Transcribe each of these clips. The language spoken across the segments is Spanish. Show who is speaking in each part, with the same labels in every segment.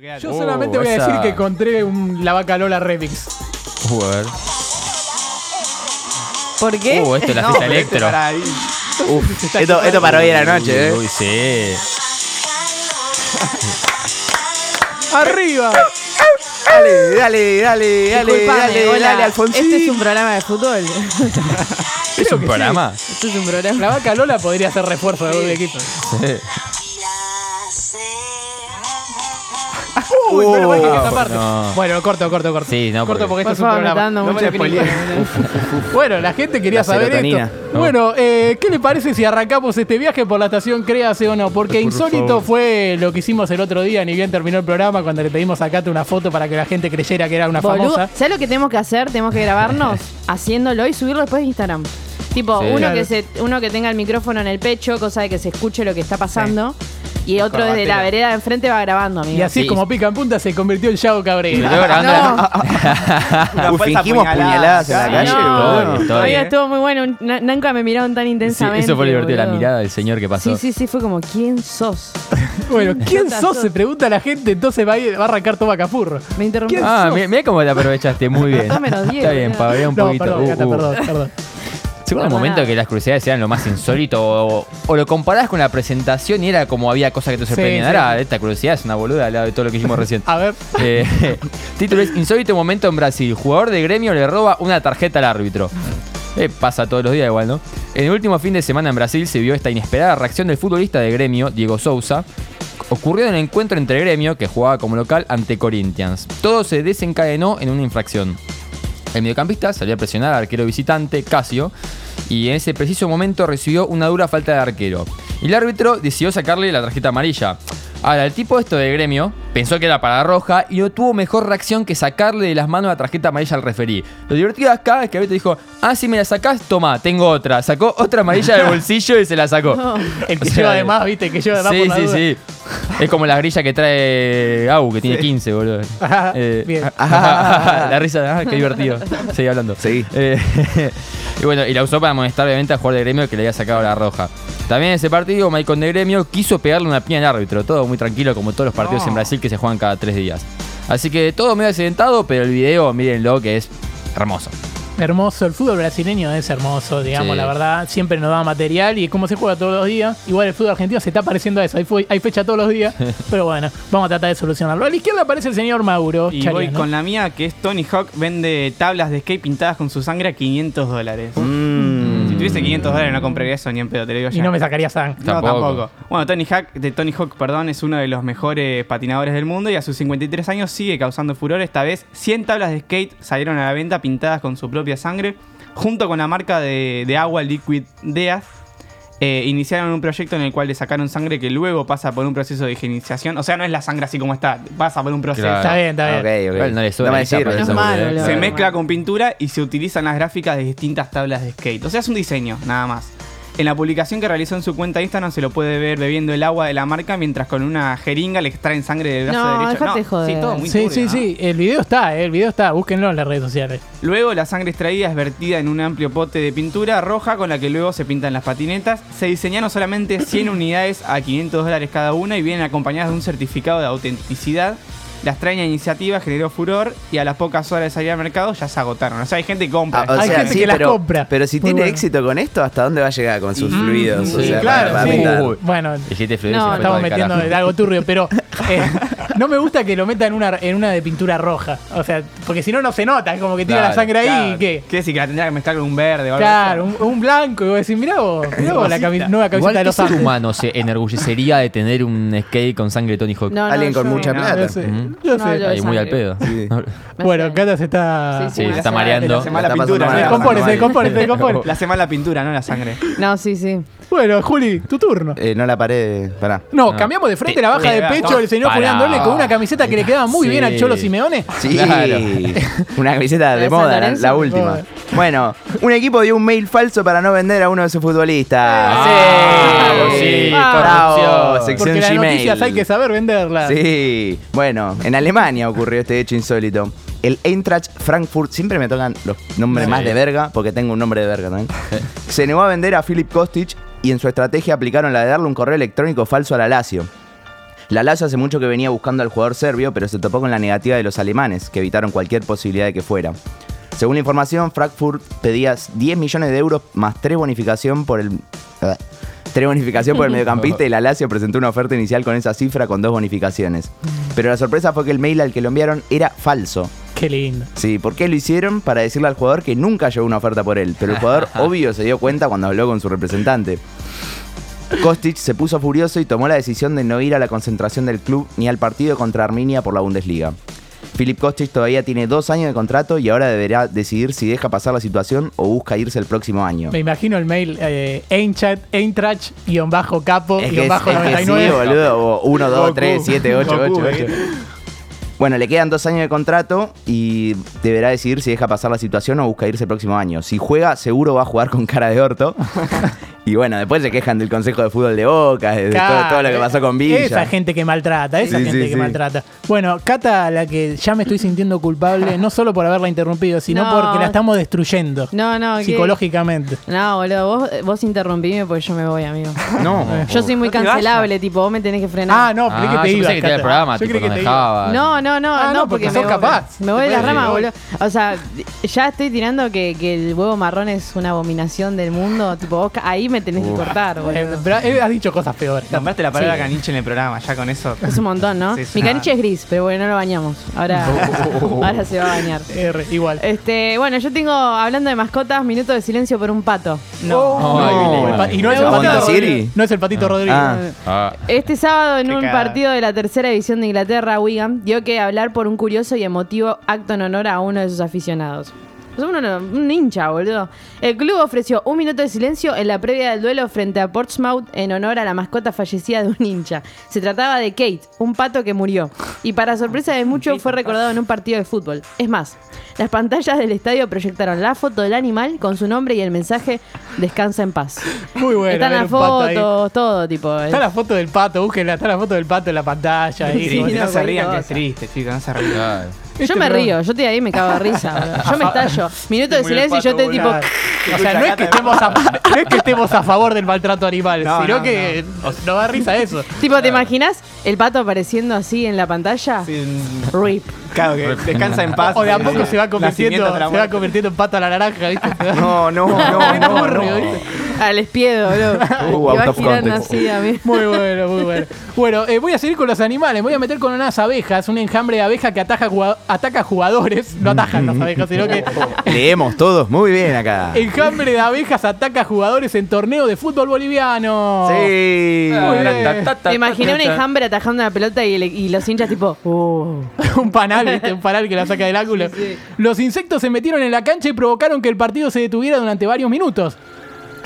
Speaker 1: quédate.
Speaker 2: Yo
Speaker 3: Uh,
Speaker 2: solamente voy a
Speaker 3: esa-
Speaker 2: decir que encontré un La Vaca Lola remix.
Speaker 3: Uh, a ver.
Speaker 4: ¿Por qué?
Speaker 3: Uh, esto es la
Speaker 4: No.
Speaker 3: fiesta
Speaker 1: Pero este
Speaker 3: electro.
Speaker 1: para ahí.
Speaker 3: Uf,
Speaker 1: esto- esto para hoy
Speaker 3: a ¿eh?
Speaker 1: a la noche,
Speaker 3: Uy, sí.
Speaker 2: ¡Arriba!
Speaker 1: Dale, dale, dale, dale,
Speaker 4: Disculpame,
Speaker 1: dale,
Speaker 4: hola.
Speaker 1: dale, Alfonsín.
Speaker 4: Este es un programa de fútbol.
Speaker 3: ¿Es
Speaker 2: Creo
Speaker 3: un
Speaker 2: que
Speaker 3: programa?
Speaker 4: Este es un programa.
Speaker 2: La Vaca Lola podría ser refuerzo de algún equipo.
Speaker 3: Sí.
Speaker 2: Uy, pero bueno, que esta
Speaker 3: no.
Speaker 2: parte. Bueno, corto, corto, corto.
Speaker 3: Sí, no,
Speaker 2: corto porque,
Speaker 3: porque-
Speaker 2: este
Speaker 4: Por
Speaker 2: es un
Speaker 4: favor, me
Speaker 2: programa.
Speaker 4: está dando mucha
Speaker 2: me la spoilees.
Speaker 4: película,
Speaker 2: Bueno, la gente quería
Speaker 1: La
Speaker 2: saber
Speaker 1: serotonina.
Speaker 2: esto.
Speaker 3: No.
Speaker 2: Bueno, eh, ¿qué le parece si arrancamos este viaje por la estación Créase o no? Porque insólito fue lo que hicimos el otro día, ni bien terminó el programa, cuando le pedimos a Kate una foto para que la gente creyera que era una
Speaker 4: Boludo,
Speaker 2: famosa.
Speaker 4: ¿Sabes lo que tenemos que hacer? Tenemos que grabarnos haciéndolo y subirlo después en Instagram. Tipo,
Speaker 3: Sí.
Speaker 4: uno,
Speaker 2: Claro.
Speaker 4: que se, uno que tenga el micrófono en el pecho, cosa de que se escuche lo que está pasando. Y otro desde la vereda de enfrente va grabando, amigo.
Speaker 2: Y así
Speaker 3: Sí.
Speaker 2: como pica en punta se convirtió en Yago
Speaker 3: Y me
Speaker 2: Cabrera.
Speaker 3: quedo grabando
Speaker 4: Ah, No.
Speaker 1: Una
Speaker 3: Uy,
Speaker 1: falsa
Speaker 3: fingimos
Speaker 1: puñalada,
Speaker 3: puñaladas en la
Speaker 1: sí.
Speaker 3: calle,
Speaker 4: No,
Speaker 3: boludo. Estoy,
Speaker 4: Oiga,
Speaker 3: eh.
Speaker 4: estuvo muy bueno. un- na- Nunca me miraron tan
Speaker 3: Sí,
Speaker 4: intensamente.
Speaker 3: eso fue divertido, la
Speaker 4: boludo.
Speaker 3: mirada del señor que pasó.
Speaker 4: Sí, sí, sí, fue como, ¿quién sos?
Speaker 2: Bueno, ¿quién
Speaker 4: Puta,
Speaker 2: sos?
Speaker 4: sos.
Speaker 2: Se pregunta la gente, entonces va a, ir- va a arrancar Toma Capurro.
Speaker 4: Me interrumpió.
Speaker 2: ¿Quién
Speaker 3: Ah,
Speaker 2: sos?
Speaker 3: mira cómo te aprovechaste, muy bien.
Speaker 4: No me lo dieron,
Speaker 3: Está bien,
Speaker 4: no.
Speaker 3: pavea un
Speaker 2: No,
Speaker 3: poquito.
Speaker 2: perdón,
Speaker 3: Uh,
Speaker 2: Cata,
Speaker 3: uh.
Speaker 2: perdón, perdón.
Speaker 3: Según el
Speaker 4: Perdona.
Speaker 3: momento que las curiosidades eran lo más insólito o, o lo comparás con la presentación y era como había cosas que te sorprendían.
Speaker 2: sí,
Speaker 3: Ahora,
Speaker 2: sí.
Speaker 3: esta curiosidad es una boluda al lado de todo lo que hicimos recién.
Speaker 2: A ver.
Speaker 3: Eh, título es Insólito momento en Brasil. Jugador de gremio le roba una tarjeta al árbitro. Eh, pasa todos los días igual, ¿no? En el último fin de semana en Brasil se vio esta inesperada reacción del futbolista de gremio, Diego Sousa. Ocurrió en el encuentro entre gremio, que jugaba como local, ante Corinthians. Todo se desencadenó en una infracción. El mediocampista salió a presionar al arquero visitante, Casio, y en ese preciso momento recibió una dura falta de arquero. Y el árbitro decidió sacarle la tarjeta amarilla. Ahora, el tipo esto de gremio pensó que era para la roja y no tuvo mejor reacción que sacarle de las manos la tarjeta amarilla al referí. Lo divertido acá es que el árbitro dijo, ah, si me la sacás, toma, tengo otra. Sacó otra amarilla del bolsillo y se la sacó.
Speaker 4: No.
Speaker 2: El que
Speaker 3: O sea,
Speaker 2: lleva de más, viste, el que lleva de más
Speaker 3: Sí,
Speaker 2: por la
Speaker 3: sí,
Speaker 2: duda.
Speaker 3: sí. Es como la grilla que trae Au, que tiene 15, boludo. Eh,
Speaker 2: Ajá,
Speaker 3: ah.
Speaker 2: bien.
Speaker 3: la risa, ah, qué divertido. Seguí hablando.
Speaker 1: Seguí.
Speaker 3: Eh, y bueno, y la usó para amonestar obviamente al jugador de gremio que le había sacado la roja. También en ese partido, Maicon de gremio quiso pegarle una piña al árbitro. Todo muy tranquilo, como todos los partidos
Speaker 1: No.
Speaker 3: en Brasil que se juegan cada tres días. Así que todo medio accidentado, pero el video, mírenlo, que es hermoso.
Speaker 2: Hermoso, el fútbol brasileño es hermoso, digamos,
Speaker 3: Sí.
Speaker 2: la verdad. Siempre nos da material y como se juega todos los días, igual el fútbol argentino se está pareciendo a eso. Hay, fu- hay fecha todos los días, pero bueno, vamos a tratar de solucionarlo. A la izquierda aparece el señor Mauro.
Speaker 1: Y
Speaker 2: Chariano.
Speaker 1: voy con la mía, que es Tony Hawk, vende tablas de skate pintadas con su sangre a 500 dólares.
Speaker 3: Mm.
Speaker 1: Si tuviese 500 dólares no compraría eso ni en pedo, te lo digo ya.
Speaker 2: Y no me sacaría San.
Speaker 1: No,
Speaker 3: Tampoco.
Speaker 1: tampoco. Bueno, Tony Hawk, de Tony Hawk, perdón, es uno de los mejores patinadores del mundo y a sus 53 años sigue causando furor. Esta vez 100 tablas de skate salieron a la venta pintadas con su propia sangre, junto con la marca de, de agua Liquid Death. eh, iniciaron un proyecto en el cual le sacaron sangre que luego pasa por un proceso de higienización. O sea, no es la sangre así como está, pasa por un proceso.
Speaker 3: Claro.
Speaker 2: Está bien, está bien.
Speaker 3: Ah. ok. Igual no le sobra
Speaker 5: No me
Speaker 3: esa
Speaker 5: sirve.
Speaker 3: parte.
Speaker 4: No es malo,
Speaker 3: Se
Speaker 1: Se
Speaker 4: Claro.
Speaker 1: mezcla con pintura y se utilizan las gráficas de distintas tablas de skate. O sea, es un diseño, nada más. En la publicación que realizó en su cuenta de Instagram se lo puede ver bebiendo el agua de la marca mientras con una jeringa le extraen sangre del brazo
Speaker 4: No,
Speaker 1: derecho.
Speaker 4: dejate joder.
Speaker 1: Sí, todo muy
Speaker 2: Sí,
Speaker 1: turbio,
Speaker 2: sí,
Speaker 1: ¿no?
Speaker 2: sí. El video está, eh, el video está. Búsquenlo en las redes sociales.
Speaker 1: Luego la sangre extraída es vertida en un amplio pote de pintura roja con la que luego se pintan las patinetas. Se diseñaron solamente 100 unidades a 500 dólares cada una y vienen acompañadas de un certificado de autenticidad. La extraña iniciativa generó furor y a las pocas horas de salir al mercado ya se agotaron. O sea, hay gente que compra.
Speaker 5: Ah, o
Speaker 2: Hay
Speaker 5: sea,
Speaker 2: gente
Speaker 5: sí,
Speaker 2: que las
Speaker 5: pero,
Speaker 2: compra.
Speaker 5: Pero si
Speaker 2: Muy
Speaker 5: tiene
Speaker 2: bueno.
Speaker 5: éxito con esto, ¿hasta dónde va a llegar con sus
Speaker 1: Mm,
Speaker 5: fluidos?
Speaker 1: sí,
Speaker 5: o sea,
Speaker 2: claro,
Speaker 5: para- para
Speaker 2: sí.
Speaker 5: meter.
Speaker 3: Uy.
Speaker 2: Bueno,
Speaker 3: Dijiste fluido,
Speaker 4: No,
Speaker 3: se fue todo
Speaker 2: estamos
Speaker 3: al
Speaker 2: metiendo
Speaker 3: carajo.
Speaker 2: en algo turbio, pero eh, no me gusta que lo meta en una, en una de pintura roja. O sea, porque si no, no se nota. Es como que tira
Speaker 3: Claro,
Speaker 2: la sangre ahí
Speaker 1: Claro,
Speaker 2: y qué.
Speaker 1: ¿Qué decir? Que la tendría que mezclar con un verde o algo
Speaker 2: Claro,
Speaker 1: así?
Speaker 2: un, un blanco. Y vos decís, mirá vos, mirá vos la cami-
Speaker 1: Cosita.
Speaker 2: nueva camiseta
Speaker 3: Igual
Speaker 2: de
Speaker 3: que
Speaker 2: los
Speaker 3: ser
Speaker 2: Andes.
Speaker 3: humano se enorgullecería de tener un skate con sangre de Tony Hawk.
Speaker 4: No, no,
Speaker 5: Alguien con
Speaker 4: yo-
Speaker 5: mucha
Speaker 1: no,
Speaker 5: plata.
Speaker 2: Yo sé,
Speaker 3: Ujú.
Speaker 2: yo
Speaker 4: No,
Speaker 2: sé.
Speaker 4: yo-
Speaker 3: Ahí muy al pedo.
Speaker 5: Sí.
Speaker 4: me
Speaker 2: Bueno,
Speaker 4: hace-
Speaker 2: Cata se está.
Speaker 4: Sí,
Speaker 3: Ah, Sí, se
Speaker 4: me
Speaker 3: está
Speaker 4: hace-
Speaker 3: mareando.
Speaker 1: Se llama la
Speaker 2: Se
Speaker 5: Está pasando mal,
Speaker 1: pintura. ¿no?
Speaker 2: descompone,
Speaker 5: está pasando
Speaker 2: se
Speaker 5: mal.
Speaker 2: descompone, se descompone.
Speaker 1: La hace mal la pintura, no la sangre.
Speaker 4: No, sí, sí.
Speaker 2: Bueno, Juli, tu turno.
Speaker 5: Eh, no la paré, pará.
Speaker 2: No,
Speaker 3: No.
Speaker 2: cambiamos de frente
Speaker 3: Te-
Speaker 2: la baja
Speaker 1: te-
Speaker 2: de pecho del señor
Speaker 3: pará.
Speaker 2: Julián Dole con una camiseta que le quedaba muy
Speaker 3: Sí.
Speaker 2: bien al Cholo Simeone.
Speaker 5: Sí,
Speaker 3: Claro.
Speaker 5: una camiseta
Speaker 4: La
Speaker 5: de
Speaker 4: de San
Speaker 5: moda, la-
Speaker 4: Lorenzo.
Speaker 5: la última.
Speaker 2: Joder.
Speaker 5: Bueno, un equipo dio un mail falso para no vender a uno de sus futbolistas.
Speaker 3: Ah,
Speaker 4: Sí.
Speaker 3: sí,
Speaker 5: Bravo,
Speaker 3: corrupción.
Speaker 5: sección
Speaker 2: Porque las
Speaker 5: Gmail.
Speaker 2: noticias hay que saber venderlas.
Speaker 5: Sí, bueno, en Alemania ocurrió este hecho insólito. El Eintracht Frankfurt, siempre me tocan los nombres
Speaker 3: Sí.
Speaker 5: más de verga, porque tengo un nombre de verga también. Se negó a vender a Philip Kostic y en su estrategia aplicaron la de darle un correo electrónico falso a la Lazio. La Lazio hace mucho que venía buscando al jugador serbio, pero se topó con la negativa de los alemanes, que evitaron cualquier posibilidad de que fuera. Según la información, Frankfurt pedía 10 millones de euros más 3 bonificación por el... ah, tres bonificación por el mediocampista y la Lazio presentó una oferta inicial con esa cifra con dos bonificaciones. Pero la sorpresa fue que el mail al que lo enviaron era falso.
Speaker 2: Qué lindo.
Speaker 5: Sí, ¿por qué lo hicieron? Para decirle al jugador que nunca llegó una oferta por él, pero el jugador obvio se dio cuenta cuando habló con su representante. Kostic se puso furioso y tomó la decisión de no ir a la concentración del club ni al partido contra Arminia por la Bundesliga. Filip Kostic todavía tiene dos años de contrato y ahora deberá decidir si deja pasar la situación o busca irse el próximo año.
Speaker 2: Me imagino el mail eh, eintracht-capo-99.
Speaker 5: Es que, es- es que sí, boludo. 1, 2, 3, 7, 8, 8, 8.
Speaker 2: eh.
Speaker 5: Bueno, le quedan dos años de contrato y deberá decidir si deja pasar la situación o busca irse el próximo año. Si juega, seguro va a jugar con cara de orto. y bueno, después se quejan del Consejo de Fútbol de Boca, de todo, todo lo que pasó con Villa.
Speaker 2: eh, Esa gente que maltrata, esa
Speaker 5: Sí,
Speaker 2: gente
Speaker 5: sí,
Speaker 2: que
Speaker 5: sí.
Speaker 2: maltrata. Bueno, Cata, a la que ya me estoy sintiendo culpable, no solo por haberla interrumpido, sino
Speaker 4: No.
Speaker 2: porque la estamos destruyendo.
Speaker 4: No, no, ¿qué?
Speaker 2: Psicológicamente.
Speaker 4: No, boludo, vos, vos interrumpime porque yo me voy, amigo.
Speaker 3: No.
Speaker 1: Eh,
Speaker 4: Yo soy muy
Speaker 1: No te
Speaker 4: cancelable, tipo, vos me tenés que frenar.
Speaker 2: Ah, no, pero
Speaker 3: Ah,
Speaker 2: que te
Speaker 3: yo
Speaker 2: ibas,
Speaker 3: pensé que te iba
Speaker 2: Cata.
Speaker 3: el programa,
Speaker 2: Yo
Speaker 3: tipo,
Speaker 2: creí que
Speaker 3: nos
Speaker 2: te
Speaker 3: dejaba.
Speaker 4: No, no, no,
Speaker 2: Ah,
Speaker 4: no,
Speaker 2: no, porque
Speaker 4: porque,
Speaker 2: sos
Speaker 4: me voy-
Speaker 2: capaz.
Speaker 4: Me voy de
Speaker 2: Te
Speaker 4: las
Speaker 2: puedes
Speaker 4: ramas,
Speaker 2: ir.
Speaker 4: boludo. O sea, ya estoy tirando que, que el huevo marrón es una abominación del mundo. Tipo, vos ca- ahí me tenés que cortar,
Speaker 2: ibas. Eh,
Speaker 4: boludo.
Speaker 2: pero, eh, has dicho cosas peores.
Speaker 1: Nombraste la palabra caniche en el programa, ya con eso.
Speaker 4: Es un montón, ¿no?
Speaker 1: Sí, es
Speaker 4: Mi
Speaker 1: una-
Speaker 4: caniche es gris, pero bueno, no lo bañamos. Ahora, ahora se va a bañar.
Speaker 2: R, igual.
Speaker 5: Eh,
Speaker 4: Este, bueno, yo tengo, hablando de mascotas, minuto de silencio por un pato.
Speaker 1: No.
Speaker 2: Oh,
Speaker 3: Ay,
Speaker 2: no.
Speaker 3: Belén.
Speaker 2: El pa- Y no es el
Speaker 5: ¿Vamos
Speaker 2: patito
Speaker 5: a decir?
Speaker 2: Rodríguez. No es el patito Rodríguez.
Speaker 5: Ah.
Speaker 3: Ah,
Speaker 4: Este sábado en
Speaker 1: Qué
Speaker 4: un
Speaker 1: cagada.
Speaker 4: partido de la tercera división de Inglaterra, Wigan dio que hablar por un curioso y emotivo acto en honor a uno de sus aficionados. Es uno- un hincha, boludo. El club ofreció un minuto de silencio en la previa del duelo frente a Portsmouth en honor a la mascota fallecida de un hincha. Se trataba de Kate, un pato que murió. Y para sorpresa de muchos fue recordado en un partido de fútbol. Es más, las pantallas del estadio proyectaron la foto del animal con su nombre y el mensaje Descansa en paz.
Speaker 2: Muy bueno.
Speaker 4: Están
Speaker 2: ver
Speaker 4: las
Speaker 2: un pato ahí.
Speaker 4: fotos, todo tipo.
Speaker 2: Está la foto del pato, búsquenla. Está la foto del pato en la pantalla. ahí.
Speaker 1: Triste,
Speaker 4: Sí,
Speaker 1: no
Speaker 4: no,
Speaker 1: se rían que es
Speaker 4: cualquier
Speaker 1: triste, chicos, no se rían.
Speaker 3: claro.
Speaker 4: Yo
Speaker 2: Este
Speaker 4: me
Speaker 2: programa.
Speaker 4: río, yo estoy ahí y me cago de risa. boludo. Yo me estallo. Minuto de
Speaker 1: Muy
Speaker 4: silencio y yo te
Speaker 1: pato,
Speaker 4: tipo.
Speaker 1: boludo.
Speaker 2: O sea, no es, que estemos a, no es que estemos a favor del maltrato animal,
Speaker 1: No,
Speaker 2: sino
Speaker 1: no,
Speaker 2: que nos da risa eso.
Speaker 4: Tipo, ¿te imaginas el pato apareciendo así en la pantalla?
Speaker 1: Sin-
Speaker 4: RIP.
Speaker 1: mm, Claro, que descansa en paz.
Speaker 2: O de a
Speaker 1: Sí,
Speaker 2: poco
Speaker 1: sí.
Speaker 2: se va convirtiendo,
Speaker 1: Nacimiento tras
Speaker 2: se va
Speaker 1: muerte.
Speaker 2: convirtiendo en pato a la naranja, ¿viste? Se va-
Speaker 5: No, no, no, no.
Speaker 2: Turbio, ¿viste?
Speaker 4: Al espiedo, boludo.
Speaker 5: Uh,
Speaker 4: Y
Speaker 5: out
Speaker 4: va
Speaker 5: of
Speaker 4: girando
Speaker 5: context.
Speaker 4: así a mí.
Speaker 2: Muy bueno, muy bueno. Bueno, eh, voy a seguir con los animales. Voy a meter con unas abejas, un enjambre de abejas que ataca, jugado- ataca jugadores. No atajan las abejas, sino que
Speaker 5: Leemos todos muy bien acá.
Speaker 2: enjambre de abejas ataca jugadores en torneo de fútbol boliviano.
Speaker 5: Sí.
Speaker 4: Me imaginé un enjambre atajando la pelota y, le- y los hinchas tipo.
Speaker 2: Uh.
Speaker 4: "Oh".
Speaker 2: un panal, ¿viste? un panal que la saca del ángulo. Los insectos se metieron en la cancha y provocaron que el partido se detuviera durante varios minutos.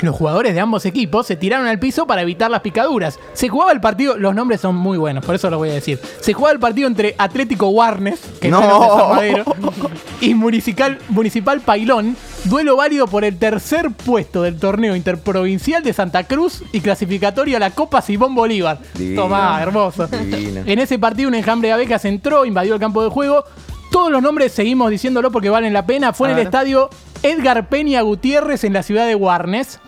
Speaker 2: Los jugadores de ambos equipos se tiraron al piso para evitar las picaduras. Se jugaba el partido, los nombres son muy buenos, por eso los voy a decir. Se jugaba el partido entre Atlético Warnes, que
Speaker 5: No.
Speaker 2: está en San Madero, y Municipal, Municipal Pailón, duelo válido por el tercer puesto del torneo interprovincial de Santa Cruz y clasificatorio a la Copa Simón Bolívar.
Speaker 5: Divino.
Speaker 2: Tomá, hermoso.
Speaker 5: Divino.
Speaker 2: En ese partido un enjambre de abejas entró, invadió el campo de juego. Todos los nombres seguimos diciéndolo porque valen la pena. Fue
Speaker 1: A
Speaker 2: en el
Speaker 1: ver.
Speaker 2: estadio Edgar Peña Gutiérrez en la ciudad de Warnes.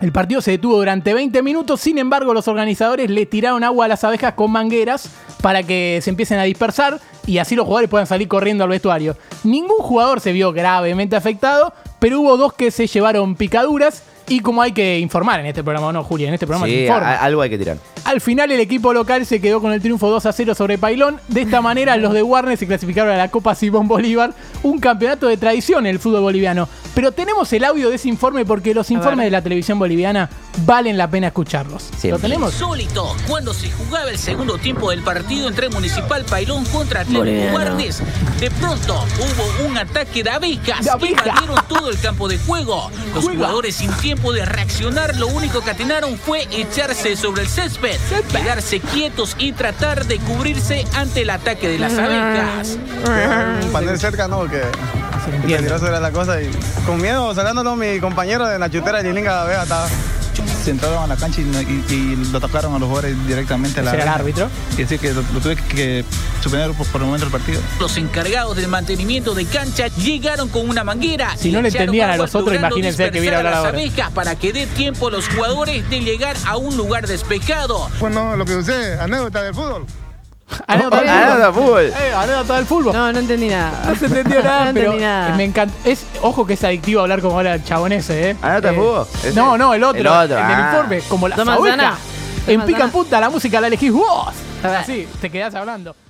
Speaker 2: El partido se detuvo durante 20 minutos, sin embargo los organizadores le tiraron agua a las abejas con mangueras para que se empiecen a dispersar y así los jugadores puedan salir corriendo al vestuario. Ningún jugador se vio gravemente afectado, pero hubo dos que se llevaron picaduras y como hay que informar en este programa, ¿o ¿no, Julia? En este programa se
Speaker 5: Sí,
Speaker 2: informa.
Speaker 5: a- algo hay que tirar.
Speaker 2: Al final el equipo local se quedó con el triunfo 2 a 0 sobre Pailón. De esta manera los de Warner se clasificaron a la Copa Simón Bolívar, un campeonato de tradición en el fútbol boliviano. Pero tenemos el audio de ese informe porque los informes de la televisión boliviana valen la pena escucharlos. ¿Lo
Speaker 5: Siempre.
Speaker 2: tenemos?
Speaker 6: Insólito, cuando se jugaba el segundo tiempo del partido entre Municipal Pailón contra Atlético Guardes, de pronto hubo un ataque de abejas
Speaker 2: De
Speaker 6: que
Speaker 2: abejas.
Speaker 6: invadieron todo el campo de juego. Los
Speaker 2: Juega.
Speaker 6: jugadores sin tiempo de reaccionar, lo único que atinaron fue echarse sobre el césped,
Speaker 2: Césped.
Speaker 6: quedarse quietos y tratar de cubrirse ante el ataque de las
Speaker 2: Ah.
Speaker 6: abejas.
Speaker 7: un panel cerca, ¿no? Porque se tiró sobre la cosa y con miedo, salándolo mi compañero de la chutera de Lilinga Vega estaba. se entraron a la cancha y, y- y lo atacaron a los jugadores directamente a la
Speaker 2: ¿Será el árbitro?
Speaker 7: Y así que lo, lo tuve que, que suspender por, por el momento del partido.
Speaker 6: Los encargados del mantenimiento de cancha llegaron con una manguera.
Speaker 2: Si
Speaker 6: y
Speaker 2: no le
Speaker 6: echaron
Speaker 2: entendían a
Speaker 6: agua,
Speaker 2: los otros,
Speaker 6: logrando
Speaker 2: imagínense el que viera
Speaker 6: dispersar a
Speaker 2: hablar
Speaker 6: las
Speaker 2: ahora.
Speaker 6: abejas para que dé tiempo a los jugadores de llegar a un lugar despejado.
Speaker 7: Bueno, Pues lo que usé, anécdota del fútbol.
Speaker 2: Anécdota del
Speaker 5: Ah,
Speaker 2: fútbol.
Speaker 5: no, fútbol.
Speaker 2: Eh, anécdota del fútbol.
Speaker 4: No, no entendí nada.
Speaker 2: No se entendió nada,
Speaker 4: No
Speaker 2: pero
Speaker 4: entendí nada.
Speaker 2: me encanta. Es, ojo que es adictivo hablar como habla el chabón ese, ¿eh?
Speaker 5: ¿Anota
Speaker 2: Eh,
Speaker 5: vos? Ese.
Speaker 2: No, no, el otro. El,
Speaker 5: El otro,
Speaker 2: del
Speaker 5: ah.
Speaker 2: informe, como la
Speaker 4: Toma,
Speaker 2: abejas.
Speaker 4: Sana.
Speaker 2: En
Speaker 4: Toma,
Speaker 2: pica en
Speaker 4: Sana.
Speaker 2: punta la música la elegís vos.
Speaker 4: A ver.
Speaker 2: Así, te quedás hablando.